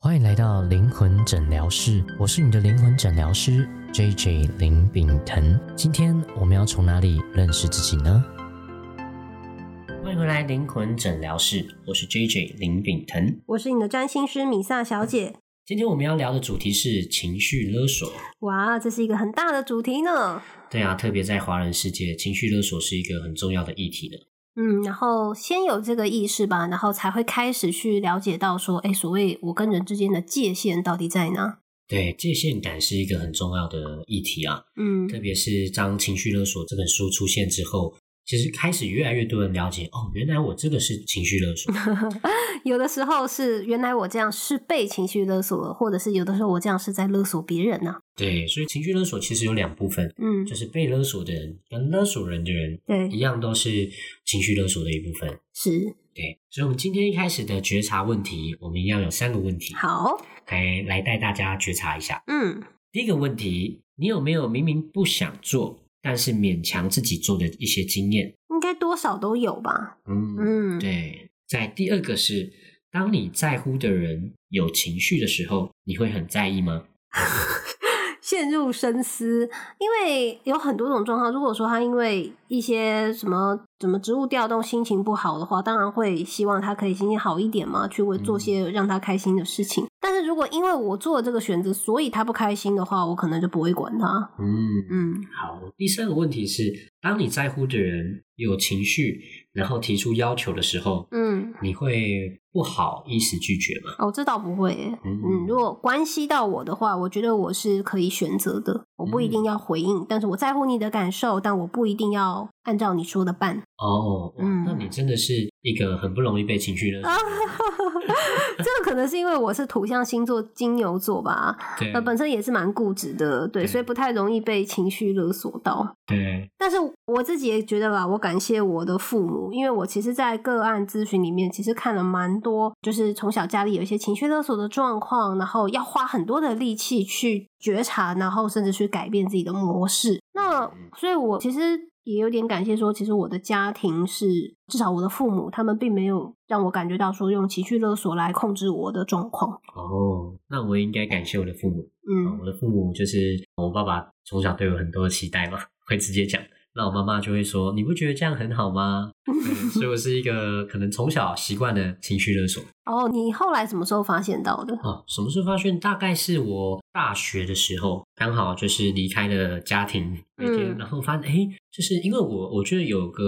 欢迎来到灵魂诊疗室，我是你的灵魂诊疗师 J J 林炳腾。今天我们要从哪里认识自己呢？欢迎回来灵魂诊疗室，我是 J J 林炳腾。我是你的占星师米萨小姐。今天我们要聊的主题是情绪勒索。哇，这是一个很大的主题呢。对啊，特别在华人世界，情绪勒索是一个很重要的议题呢。嗯，然后先有这个意识吧，然后才会开始去了解到说，哎，所谓我跟人之间的界限到底在哪？对，界限感是一个很重要的议题啊。嗯，特别是当《情绪勒索》这本书出现之后，其实开始越来越多人了解，哦，原来我这个是情绪勒索。有的时候是原来我这样是被情绪勒索了，或者是有的时候我这样是在勒索别人呢、对，所以情绪勒索其实有两部分，嗯，就是被勒索的人跟勒索人的人一对，样，都是情绪勒索的一部分。是对，所以我们今天一开始的觉察问题，我们一样有三个问题，好，来来带大家觉察一下。嗯第一个问题，你有没有明明不想做，但是勉强自己做的一些经验？应该多少都有吧。嗯，嗯，对。在第二个是，当你在乎的人有情绪的时候，你会很在意吗？陷入深思，因为有很多种状况。如果说他因为一些什么什么植物调动心情不好的话，当然会希望他可以心情好一点嘛，去为做些让他开心的事情。但是如果因为我做了这个选择，所以他不开心的话，我可能就不会管他。嗯，嗯好，第三个问题是，当你在乎的人有情绪，然后提出要求的时候，嗯，你会不好意思拒绝吗？哦，这倒不会耶。嗯嗯，如果关系到我的话，我觉得我是可以选择的，我不一定要回应，但是我在乎你的感受，但我不一定要按照你说的办。哦，哇嗯那你真的是一个很不容易被情绪勒索啊， 这个可能是因为我是土象星座金牛座吧，对呃，本身也是蛮固执的，嗯对，对所以不太容易被情绪勒索到。对，但是我自己也觉得吧，我感谢我的父母，因为我其实，在个案咨询里面，其实看了蛮多，就是从小家里有一些情绪勒索的状况，然后要花很多的力气去觉察，然后甚至去改变自己的模式。那嗯所以，我其实也有点感谢说，其实我的家庭是至少我的父母，他们并没有让我感觉到说用情绪勒索来控制我的状况。哦，那我也应该感谢我的父母，哦嗯我的父母就是我爸爸从小对我很多的期待嘛，会直接讲。那我妈妈就会说：“你不觉得这样很好吗？” 对，所以我是一个可能从小习惯了情绪勒索。哦，你后来什么时候发现到的？哦，什么时候发现？大概是我大学的时候，刚好就是离开了家庭，每天，嗯然后发现，哎，就是因为我，我觉得有个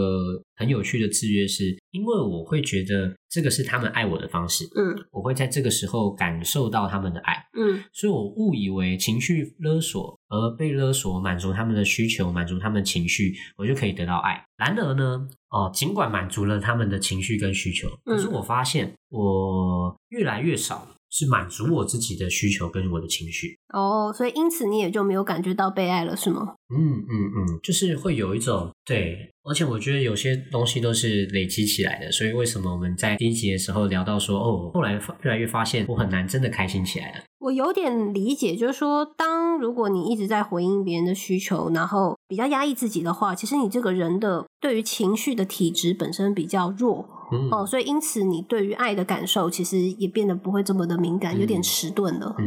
很有趣的制约是，因为我会觉得这个是他们爱我的方式，嗯我会在这个时候感受到他们的爱，嗯所以我误以为情绪勒索而被勒索，满足他们的需求，满足他们的情绪，我就可以得到爱。然而呢，哦，尽管满足了他们的情绪跟需求，可是我发现我越来越少是满足我自己的需求跟我的情绪。哦，所以因此你也就没有感觉到被爱了，是吗？嗯嗯嗯，就是会有一种对，而且我觉得有些东西都是累积起来的，所以为什么我们在第一集的时候聊到说，哦，后来发越来越发现我很难真的开心起来了。我有点理解，就是说，当如果你一直在回应别人的需求，然后比较压抑自己的话，其实你这个人的对于情绪的体质本身比较弱嗯，哦，所以因此你对于爱的感受其实也变得不会这么的敏感，嗯有点迟钝了。嗯，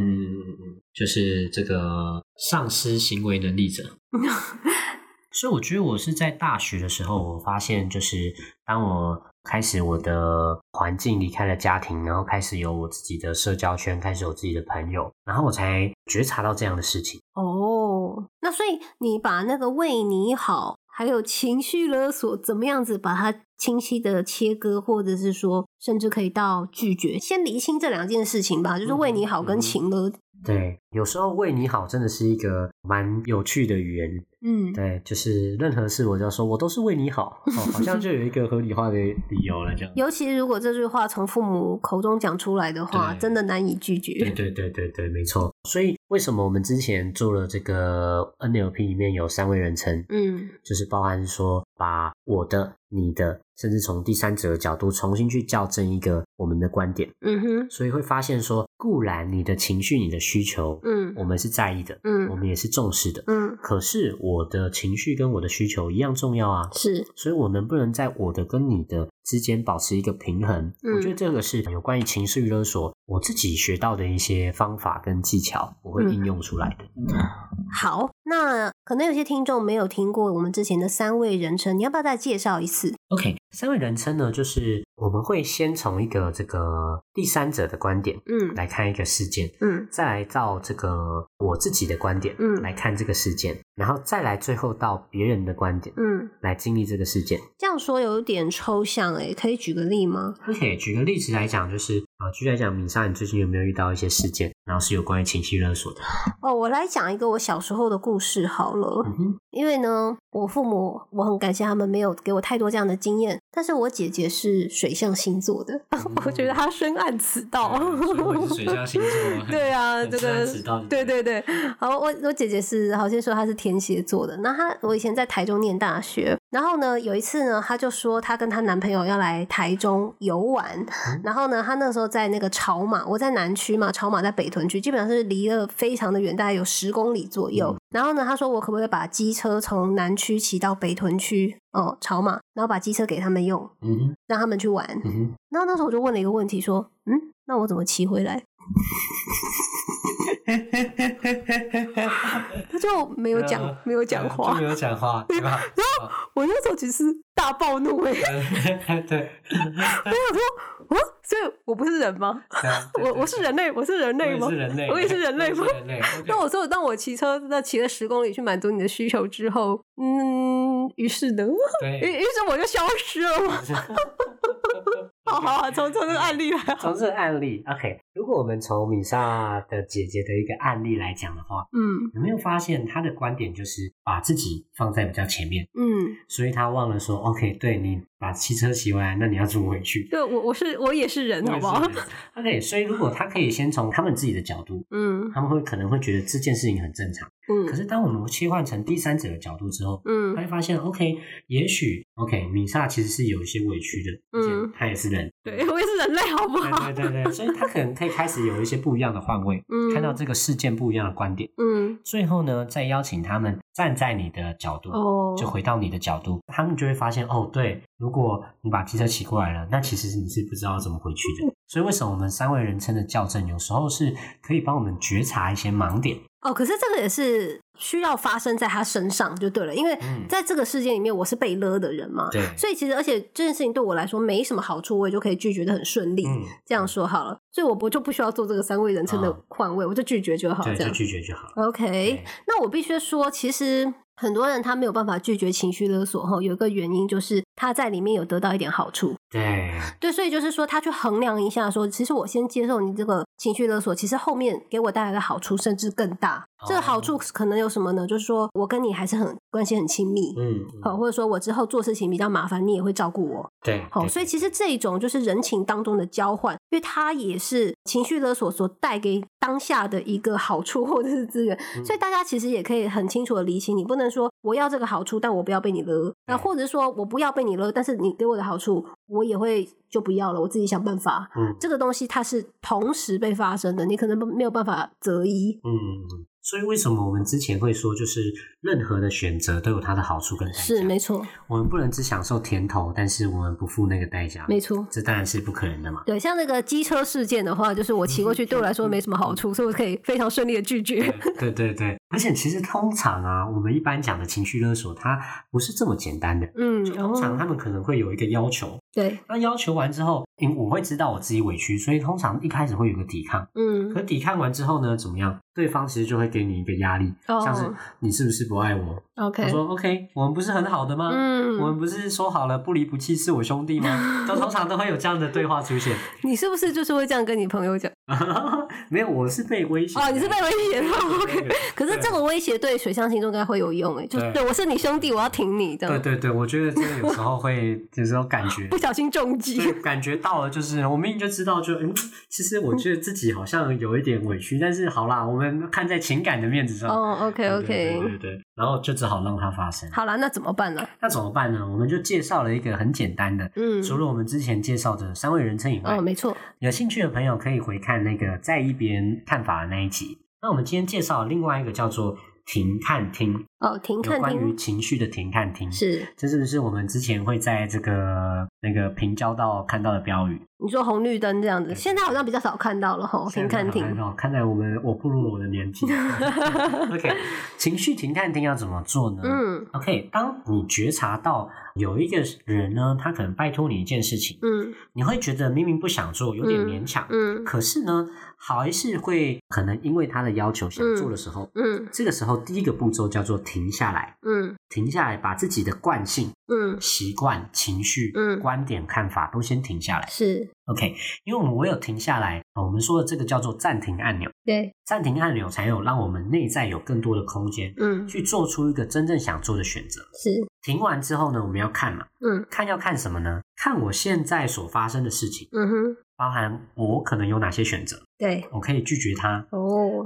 就是这个丧失行为能力者。所以我觉得我是在大学的时候，我发现就是当我开始我的环境离开了家庭，然后开始有我自己的社交圈，开始有自己的朋友，然后我才觉察到这样的事情。 哦，那所以你把那个为你好，还有情绪勒索，怎么样子把它清晰的切割，或者是说，甚至可以到拒绝，先厘清这两件事情吧，就是为你好嗯跟情勒。对，有时候为你好真的是一个蛮有趣的语言。嗯，对，就是任何事我就要说我都是为你好，哦，好像就有一个合理化的理由了，这样。尤其如果这句话从父母口中讲出来的话，对真的难以拒对绝。对对对对，没错。所以为什么我们之前做了这个 NLP 里面有三位人称，嗯就是包含说把我的、你的，甚至从第三者的角度重新去校正一个我们的观点，嗯哼，所以会发现说，固然你的情绪、你的需求，嗯我们是在意的，我嗯们也是重视的，嗯，可是我的情绪跟我的需求一样重要啊。是所以，我能不能在我的跟你的之间保持一个平衡。嗯我觉得这个是有关于情绪勒索，我自己学到的一些方法跟技巧，我会嗯应用出来的。好，那可能有些听众没有听过我们之前的三位人称，你要不要再介绍一次？ OK，三位人称呢，就是我们会先从一个这个第三者的观点嗯来看一个事件，嗯再来到这个我自己的观点，嗯来看这个事件，然后再来最后到别人的观点嗯，来经历这个事件。这样说有点抽象诶、可以举个例吗？ OK，举个例子来讲，就是啊，呃举例来讲，米莎，你最近有没有遇到一些事件，然后是有关于情绪勒索的？哦，我来讲一个我小时候的故事好了。嗯哼，因为呢，我父母我很感谢他们没有给我太多这样的经验，但是我姐姐是水象星座的， 我觉得她深谙此道。。嗯所以我是水象星座 对啊，这个知道。 对对对，好，我我姐姐是好像说她是天蝎座的，那她我以前在台中念大学，然后呢有一次呢，她就说她跟她男朋友要来台中游玩，嗯 然后呢她那时候在那个草马，我在南区嘛，草马在北屯区，基本上是离得非常的远，大概有十公里左嗯右。然后呢，她说我可不可以把机车从南区骑到北屯区哦草马，然后把机车给他们用，嗯哼，让他们去玩。嗯哼，然后那时候我就问了一个问题，说，嗯，那我怎么骑回来？他就没有讲，没有 讲话。没有讲话，对吧？ 我那时候其实大暴怒 哎、欸，对，我说啊，所以我不是人吗？我我是人类，我是人类吗？人类我也是人类吗我也 人类。那我说，当我骑车那骑了十公里去满足你的需求之后，嗯，于是呢，于 对，于是我就消失了吗？好好好，从从这个案例来好，嗯从这个案例，OK，如果我们从米莎的姐姐的一个案例来讲的话，嗯有没有发现她的观点就是把自己放在比较前面，嗯，所以她忘了说，OK，对你把汽车骑回来，那你要怎么回去？对我我是我也是人，好不好？ ？OK，所以如果她可以先从他们自己的角度，嗯他们会可能会觉得这件事情很正常。可嗯是当我们切换成第三者的角度之后，他嗯，会发现，OK，也许 OK，米莎其实是有一些委屈的，嗯嗯，他也是人，对我也是人类，好不好？对对对对，所以他可能可以开始有一些不一样的换位，嗯看到这个事件不一样的观点，嗯最后呢，再邀请他们站在你的角度，哦，就回到你的角度，他们就会发现哦，对，如果你把机车骑过来了，那其实你是不知道怎么回去嗯的。所以为什么我们三位人称的校正，有时候是可以帮我们觉察一些盲点，哦，可是这个也是需要发生在他身上就对了，因为嗯在这个事件里面，我是被勒的人嘛，对，所以其实而且这件事情对我来说没什么好处，我也就可以拒绝的很顺利。嗯，这样说好了，所以我不就不需要做这个三位人称的啊换位，我就拒绝就好。对，这就样拒绝就好了。 OK，对那我必须说，其实很多人他没有办法拒绝情绪勒索哈，有一个原因就是他在里面有得到一点好处，对，对，所以就是说他去衡量一下说其实我先接受你这个情绪勒索，其实后面给我带来的好处甚至更大。这个好哦处可能有什么呢？就是说我跟你还是很关系很亲密。嗯，好，嗯或者说我之后做事情比较麻烦，你也会照顾我。对，好，对所以其实这一种就是人情当中的交换，因为它也是情绪勒索所带给当下的一个好处或者是资源，嗯所以大家其实也可以很清楚的理清，你不能说我要这个好处，但我不要被你勒，嗯那或者是说我不要被你勒，但是你给我的好处，我也会就不要了，我自己想办法。嗯这个东西它是同时被发生的，你可能没有办法择一。嗯嗯，嗯所以为什么我们之前会说，就是任何的选择都有它的好处跟代价，是没错，我们不能只享受甜头，但是我们不付那个代价，没错。这当然是不可能的嘛。对，像那个机车事件的话，就是我骑过去对我来说没什么好处，所以我可以非常顺利的拒绝。嗯对 对对，而且其实通常啊，我们一般讲的情绪勒索，它不是这么简单的。嗯，然通后常他啊们可能会有一个要求，对，那要求完之后，因为我会知道我自己委屈，所以通常一开始会有个抵抗。嗯可抵抗完之后呢，怎么样？对方其实就会给你一个压力，哦像是你是不是不爱我？他，OK，说 OK，我们不是很好的吗？嗯我们不是说好了不离不弃是我兄弟吗？都通常都会有这样的对话出现。 你是不是就是会这样跟你朋友讲？没有，我是被威胁的。哦，你是被威胁的，OK。可 是这种威胁对水象星座应该会有用诶，就是对对我是你兄弟，我要挺你这对样，对对，我觉得这个有时候 会，有时候感觉不，小心中对，计。感觉到了，就是我明明就知道就，嗯，其实我觉得自己好像有一点委屈，但是好啦，我们看在情感的面子上，哦，OK 对对 OK，对对对，然后就只好让它发生。好啦，那怎么办呢？那怎么办呢？我们就介绍了一个很简单的，嗯，除了我们之前介绍的三位人称以外哦，，没错，有兴趣的朋友可以回看那个在意别人看法的那一集。那我们今天介绍另外一个叫做停看听，哦，停有看关于听情绪的停看听。是这是不是我们之前会在这个那个平交道看到的标语？你说红绿灯这样子，现在好像比较少看到了吼，停哦现看在很听少看到看来我们我步入了我的年 纪。OK，情绪停看听要怎么做呢？嗯 OK，当你觉察到有一个人呢，他可能拜托你一件事情，嗯你会觉得明明不想做，有点嗯勉强，嗯可是呢，还是会可能因为他的要求想做的时候，嗯这个时候第一个步骤叫做停下来，嗯停下来，把自己的惯性、嗯，习惯、情绪、嗯观点、看法都先停下来。是 OK，因为我们唯有停下来，呃我们说的这个叫做暂停按钮，对，暂停按钮才有让我们内在有更多的空间嗯去做出一个真正想做的选择。是，停完之后呢，我们要看嘛，嗯看要看什么呢？看我现在所发生的事情，嗯哼，包含我可能有哪些选择，对，我可以拒绝他，哦，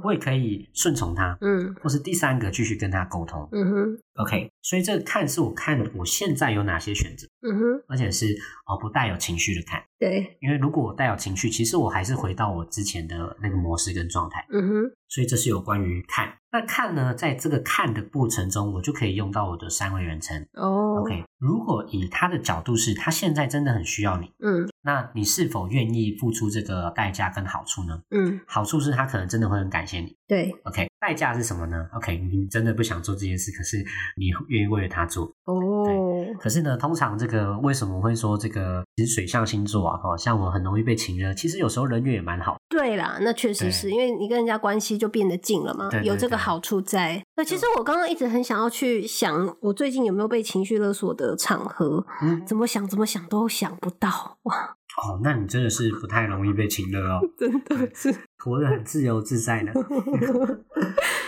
我也可以顺从他，嗯或是第三个继续跟他沟通。嗯哼 OK，所以这个看是我看的我现在有哪些选择，嗯哼，而且是哦不带有情绪的看，对，因为如果我带有情绪，其实我还是回到我之前的那个模式跟状态。嗯哼所以这是有关于看。那看呢，在这个看的过程中，我就可以用到我的三维人称。哦 OK，如果以他的角度是他现在真的很需要你，嗯那你是否愿意付出这个代价跟好处呢？嗯好处是他可能真的会很感谢你。对， OK，代价是什么呢？OK，你真的不想做这件事，可是你愿意为了他做。哦，可是呢，通常这个为什么会说这个其实水象星座啊，哦，像我很容易被情热，其实有时候人缘也蛮好。对啦，那确对实是因为你跟人家关系就变得近了嘛，对对有这对个好处在。那其实我刚刚一直很想要去想，我最近有没有被情绪勒索的场合，嗯，怎么想怎么想都想不到， 哇，哦，那你真的是不太容易被情热哦。真的是，活得很自由自在呢。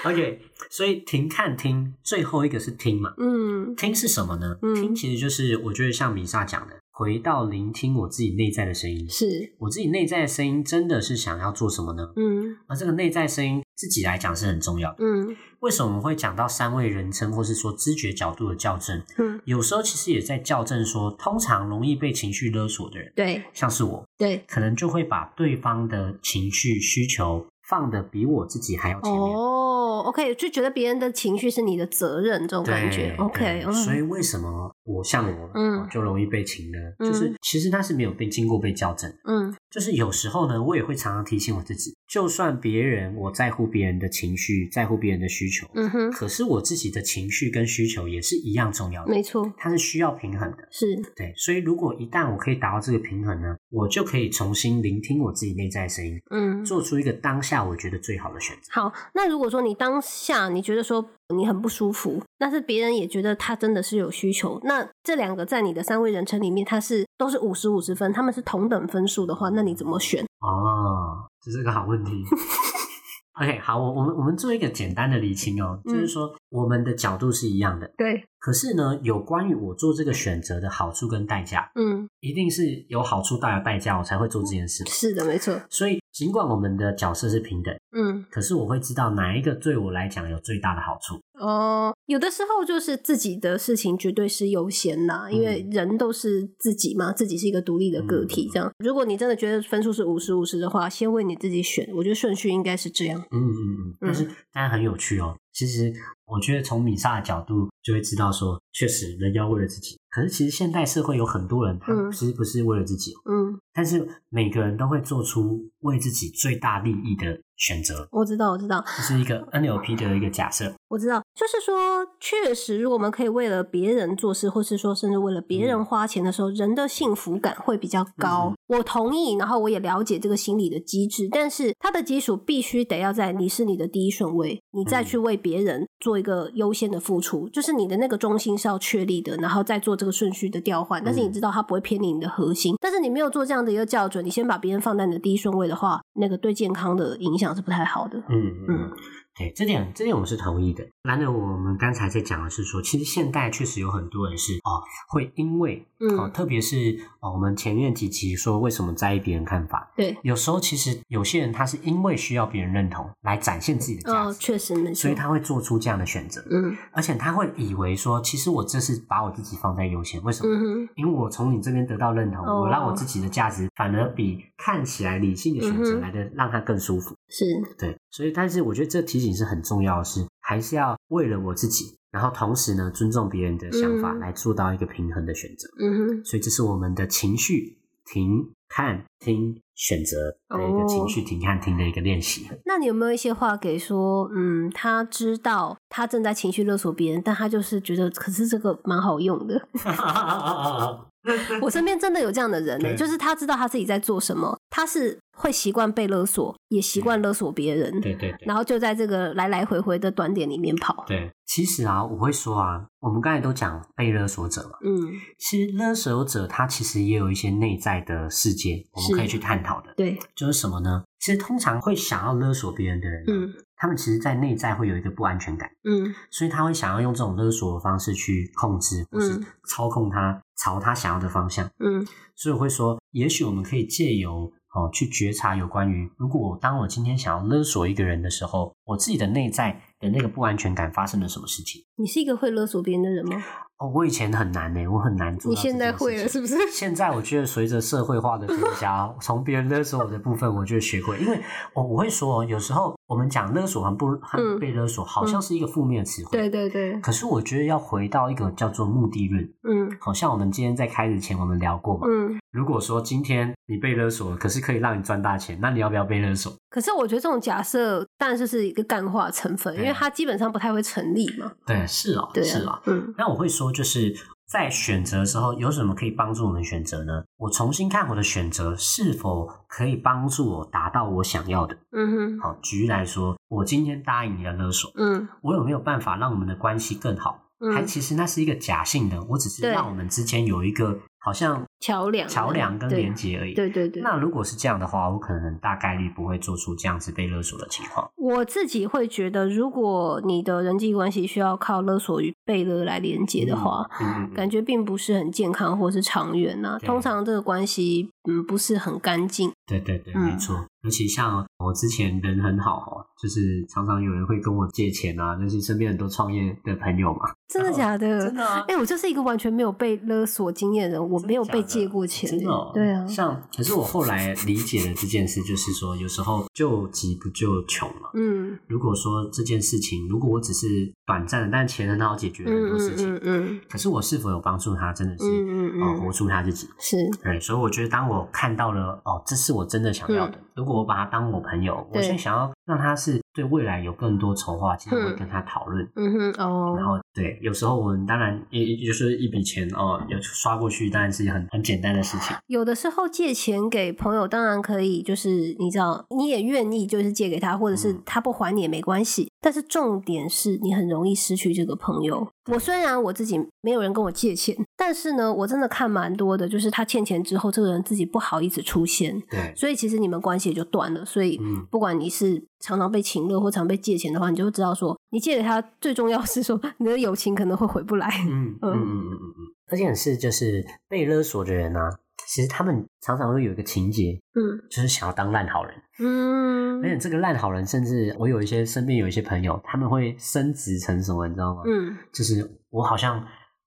OK，所以停看听，最后一个是听嘛？嗯听是什么呢？嗯听其实就是我觉得像米莎讲的，回到聆听我自己内在的声音。是，我自己内在的声音真的是想要做什么呢？嗯而这个内在声音自己来讲是很重要的。嗯为什么我们会讲到三位人称，或是说知觉角度的校正？嗯，有时候其实也在校正说，通常容易被情绪勒索的人，对像是我，对，可能就会把对方的情绪需求放的比我自己还要前面。哦，OK，就觉得别人的情绪是你的责任这种对感觉对，OK，嗯所以为什么我像我，嗯嗯，就容易被情呢？就嗯是其实他是没有被经过被校正的，嗯就是有时候呢，我也会常常提醒我自己，就算别人我在乎别人的情绪，在乎别人的需求，嗯哼，可是我自己的情绪跟需求也是一样重要的，没错，它是需要平衡的。是，对，所以如果一旦我可以达到这个平衡呢，我就可以重新聆听我自己内在的声音，嗯。做出一个当下我觉得最好的选择。好，那如果说你当下你觉得说你很不舒服，但是别人也觉得他真的是有需求，那这两个在你的三位人称里面，他是都是五十五十分，他们是同等分数的话，那你怎么选？哦，这是个好问 题。OK，好，我我们我们做一个简单的厘清哦，嗯就是说我们的角度是一样的，对，可是呢，有关于我做这个选择的好处跟代价，嗯，一定是有好处大于代价，我才会做这件事。是的，没错，所以，尽管我们的角色是平等，嗯，可是我会知道哪一个对我来讲有最大的好处。哦，有的时候就是自己的事情绝对是优先啦，因为人都是自己嘛，自己是一个独立的个体，这样。如果你真的觉得分数是五十五十的话，先为你自己选，我觉得顺序应该是这样。嗯嗯嗯。但是，但很有趣哦。其实，我觉得从米莎的角度就会知道说，确实人要为了自己。可是，其实现代社会有很多人，他嗯其实不是为了自己哦，嗯，但是每个人都会做出为自己最大利益的选择，我知道，我知道。这是一 个 NLP 的一个假设。我知道，就是说，确实，如果我们可以为了别人做事，或是说甚至为了别嗯人花钱的时候，人的幸福感会比较高。我同意，然后我也了解这个心理的机制，但是它的基础必须得要在你是你的第一顺位，你再嗯去为别人做一个优先的付出，就是你的那个中心是要确立的，然后再做这个顺序的调换。但是你嗯知道它不会偏离你的核心，但是你没有做这样的一个校准，你先把别人放在你的第一顺位的话，那个对健康的影响是不太好的。嗯嗯，对，这点这点我是同意的。然而，我们刚才在讲的是说，其实现代确实有很多人是哦，会因为嗯哦，特别是哦，我们前面几集说为什么在意别人看法，对，有时候其实有些人他是因为需要别人认同来展现自己的价哦，值，确实没错所以。他会做出这样的选择，嗯而且他会以为说，其实我这是把我自己放在优先，为什么？嗯哼，因为我从你这边得到认同，哦我让我自己的价值反而比看起来理性的选嗯择哼来的让它更舒服。是对，所以但是我觉得这提醒是很重要的是，还是要为了我自己，然后同时呢尊重别人的想法嗯来做到一个平衡的选择。嗯哼，所以这是我们的情绪停、看、听、选择的一个哦情绪停、看、听的一个练 习。那你有没有一些话给说，嗯，他知道他正在情绪勒索别人，但他就是觉得，可是这个蛮好用 的。我身边真的有这样的人呢、对就是他知道他自己在做什么，他是会习惯被勒索，也习惯勒索别人，对对对。然后就在这个来来回回的短点里面跑。对，其实啊，我会说啊，我们刚才都讲被勒索者嘛，嗯，其实勒索者他其实也有一些内在的世界，我们是可以去探讨的。对，就是什么呢？其实通常会想要勒索别人的人、啊嗯他们其实在内在会有一个不安全感，嗯所以他会想要用这种勒索的方式去控制或是嗯操控他，朝他想要的方向。嗯所以我会说，也许我们可以借由哦去觉察有关于，如果当我今天想要勒索一个人的时候，我自己的内在的那个不安全感发生了什么事情。你是一个会勒索别人的人吗？哦，我以前很难呢、我很难做。你现在会了是不 是？现在我觉得随着社会化的增加，从别人勒索我的部分，我就学会，因为我我会说哦，有时候我们讲勒索和不和嗯被勒索，好像是一个负面的词汇。对。对对，可是我觉得要回到一个叫做目的论，嗯好像我们今天在开始前我们聊过嘛。嗯。如果说今天你被勒索了，可是可以让你赚大钱，那你要不要被勒索？可是我觉得这种假设当然就是一个干化成分，因对为啊它基本上不太会成立嘛。对，是哦，对是哦啊。，嗯那我会说，就是在选择的时候，有什么可以帮助我们选择呢？我重新看我的选择是否可以帮助我达到我想要的。嗯哼好，举例来说，我今天答应你的勒索，嗯我有没有办法让我们的关系更好？还嗯，其实那是一个假性的，我只是对让我们之间有一个好像桥梁啊桥梁跟对连接而已。对对对。那如果是这样的话，我可能大概率不会做出这样子被勒索的情况。我自己会觉得，如果你的人际关系需要靠勒索与被勒来连接的话，嗯，嗯嗯感觉并不是很健康或是长远呐、对通常这个关系，嗯，不是很干净。对对对，嗯没错。尤其像我之前人很好哦，就是常常有人会跟我借钱啊，就是身边很多创业的朋友嘛。真的假的？的啊哎、我就是一个完全没有被勒索经验的人，我没有被借过钱、真的、哦。对啊，像可是我后来理解了这件事，就是说有时候救急不救穷嘛。嗯如果说这件事情，如果我只是短暂的，但钱很好解决很嗯多事嗯情，嗯嗯可是我是否有帮助他，真的是、嗯嗯哦活嗯，出他自己。是，对，所以我觉得，当我看到了哦，这是我真的想要的。如果我把他当我朋友，我嗯对现在想要让他是对未来有更多筹划，其实我会嗯跟他讨论。嗯哼，然哦，后对，有时候我们当然也也就是一笔钱哦，有刷过去，当然是很很简单的事情。有的时候借钱给朋友，当然可以，就是你知道，你也愿意，就是借给他，或者是嗯他不还你也没关系。但是重点是你很容易失去这个朋友。我虽然我自己没有人跟我借钱，但是呢，我真的看蛮多的，就是他欠钱之后，这个人自己不好意思出现，对，所以其实你们关系也就断了。所以嗯，不管你是常常被情勒或常被借钱的话，你就会知道说，你借给他最重要是说你的友情可能会回不来。嗯嗯嗯嗯嗯嗯，而且是就是被勒索的人啊，其实他们常常会有一个情节，嗯就是想要当烂好人。而且嗯这个烂好人，甚至我有一些身边有一些朋友，他们会升职成什么，你知道吗？嗯，就是我好像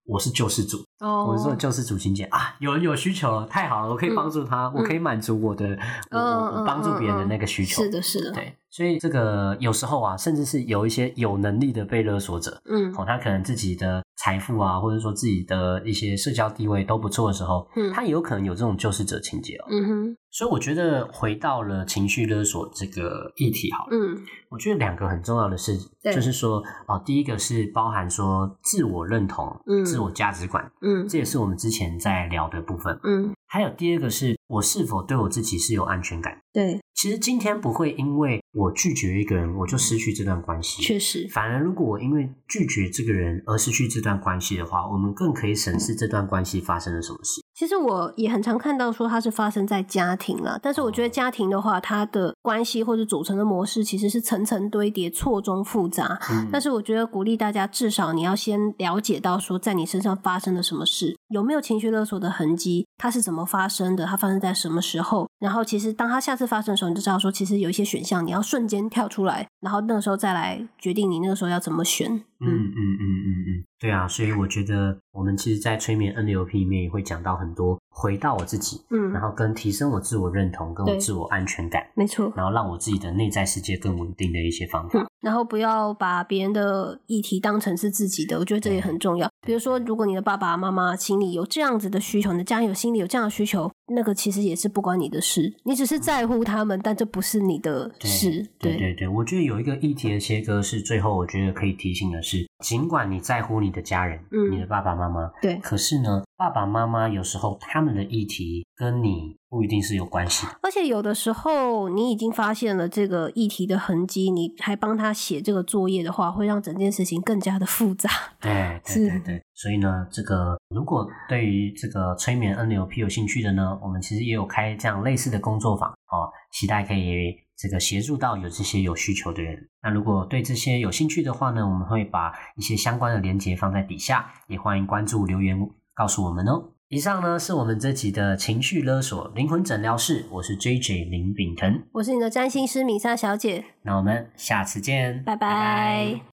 我是救世主，哦，嗯我是说救世主情节啊，有人有需求了，太好了，我可以帮助他，我可以满足我的，我我我帮助别人的那个需求。嗯是的，是的，对，所以这个有时候啊，甚至是有一些有能力的被勒索者，嗯哦，他可能自己的财富啊，或者说自己的一些社交地位都不错的时候，嗯他也有可能有这种救世者情节哦。嗯哼，所以我觉得回到了情绪勒索这个议题好了，嗯我觉得两个很重要的事，对就是说哦，第一个是包含说自我认同、嗯自我价值观，嗯这也是我们之前在聊的部分。嗯，还有第二个是我是否对我自己是有安全感。对，其实今天不会因为我拒绝一个人，我就失去这段关系。确实，反而，如果我因为拒绝这个人而失去这段关系的话，我们更可以审视这段关系发生了什么事。其实我也很常看到说它是发生在家庭了，但是我觉哦得家庭的话，它的关系或者组成的模式其实是层层堆叠、错综复杂。嗯啊但是我觉得鼓励大家，至少你要先了解到说，在你身上发生了什么事，有没有情绪勒索的痕迹，它是怎么发生的，它发生在什么时候。然后，其实当它下次发生的时候，你就知道说，其实有一些选项你要瞬间跳出来，然后嗯那个时候再来决定你那个时候要怎么选。嗯嗯嗯嗯嗯嗯，对啊，所以我觉得我们其实，在催眠 NLP 里面也会讲到很多回到我自己，然嗯，后跟提升我自我认同跟我对自我安全感，没错。然后让我自己的内在世界更稳定的一些方法。然后不要把别人的议题当成是自己的，我觉嗯得这也很重要。比如说，如果你的爸爸妈妈心里有这样子的需求，你的家人有心里有这样的需求，那个其实也是不关你的事，你只是在乎他们，但这不是你的事。嗯对对对，我觉得有一个议题的切割是最后，我觉得可以提醒的是，尽管你在乎你的家人，嗯你的爸爸妈妈，对可是呢，爸爸妈妈有时候他们的议题跟你不一定是有关系的。而且有的时候，你已经发现了这个议题的痕迹，你还帮他写这个作业的话，会让整件事情更加的复杂。 对哎对是对对，所以呢，这个如果对于这个催眠 NLP 有兴趣的呢，我们其实也有开这样类似的工作坊哦，期待可以这个协助到有这些有需求的人。那如果对这些有兴趣的话呢，我们会把一些相关的连接放在底下，也欢迎关注留言告诉我们哦。以上呢是我们这集的情绪勒索灵魂诊疗室，我是 JJ 林炳腾，我是你的占星师米莎小姐，那我们下次见，拜拜